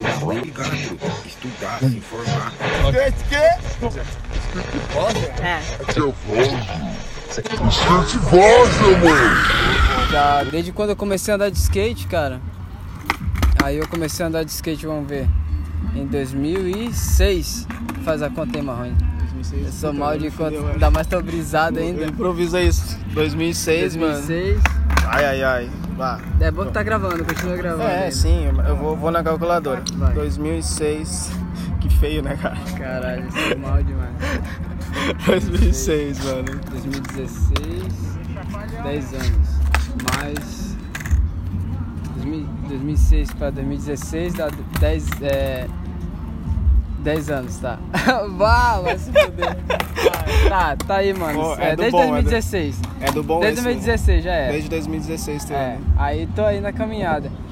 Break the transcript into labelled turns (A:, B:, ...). A: Continue ligado, estudar, se informar.
B: Já desde quando eu comecei a andar de skate, cara. Aí eu comecei a andar de skate, vamos ver, em 2006. Faz a conta aí, Marrone. Eu sou mal de conta, ainda mais tô brisado ainda.
C: Improvisa isso. 2006, mano.
B: 2006.
C: Ai, ai, ai. Vá.
B: É bom que tá gravando, continua gravando.
C: É,
B: aí. né?
C: sim, eu vou, vou na calculadora.
B: Vai.
C: 2006. Que feio, né, cara?
B: Caralho, isso é mal demais.
C: 2006, mano.
B: 2016, 10 anos. Mais 2000 2006 para 2016 dá 10 é 10 anos, tá? Vá, vai se fuder. Tá, tá aí, mano.
C: Pô, é
B: é,
C: do
B: desde
C: bom, é do-
B: 2016.
C: É do bom
B: Desde
C: esse, né?
B: 2016 já é.
C: Desde 2016 teve.
B: É, aí tô aí na caminhada.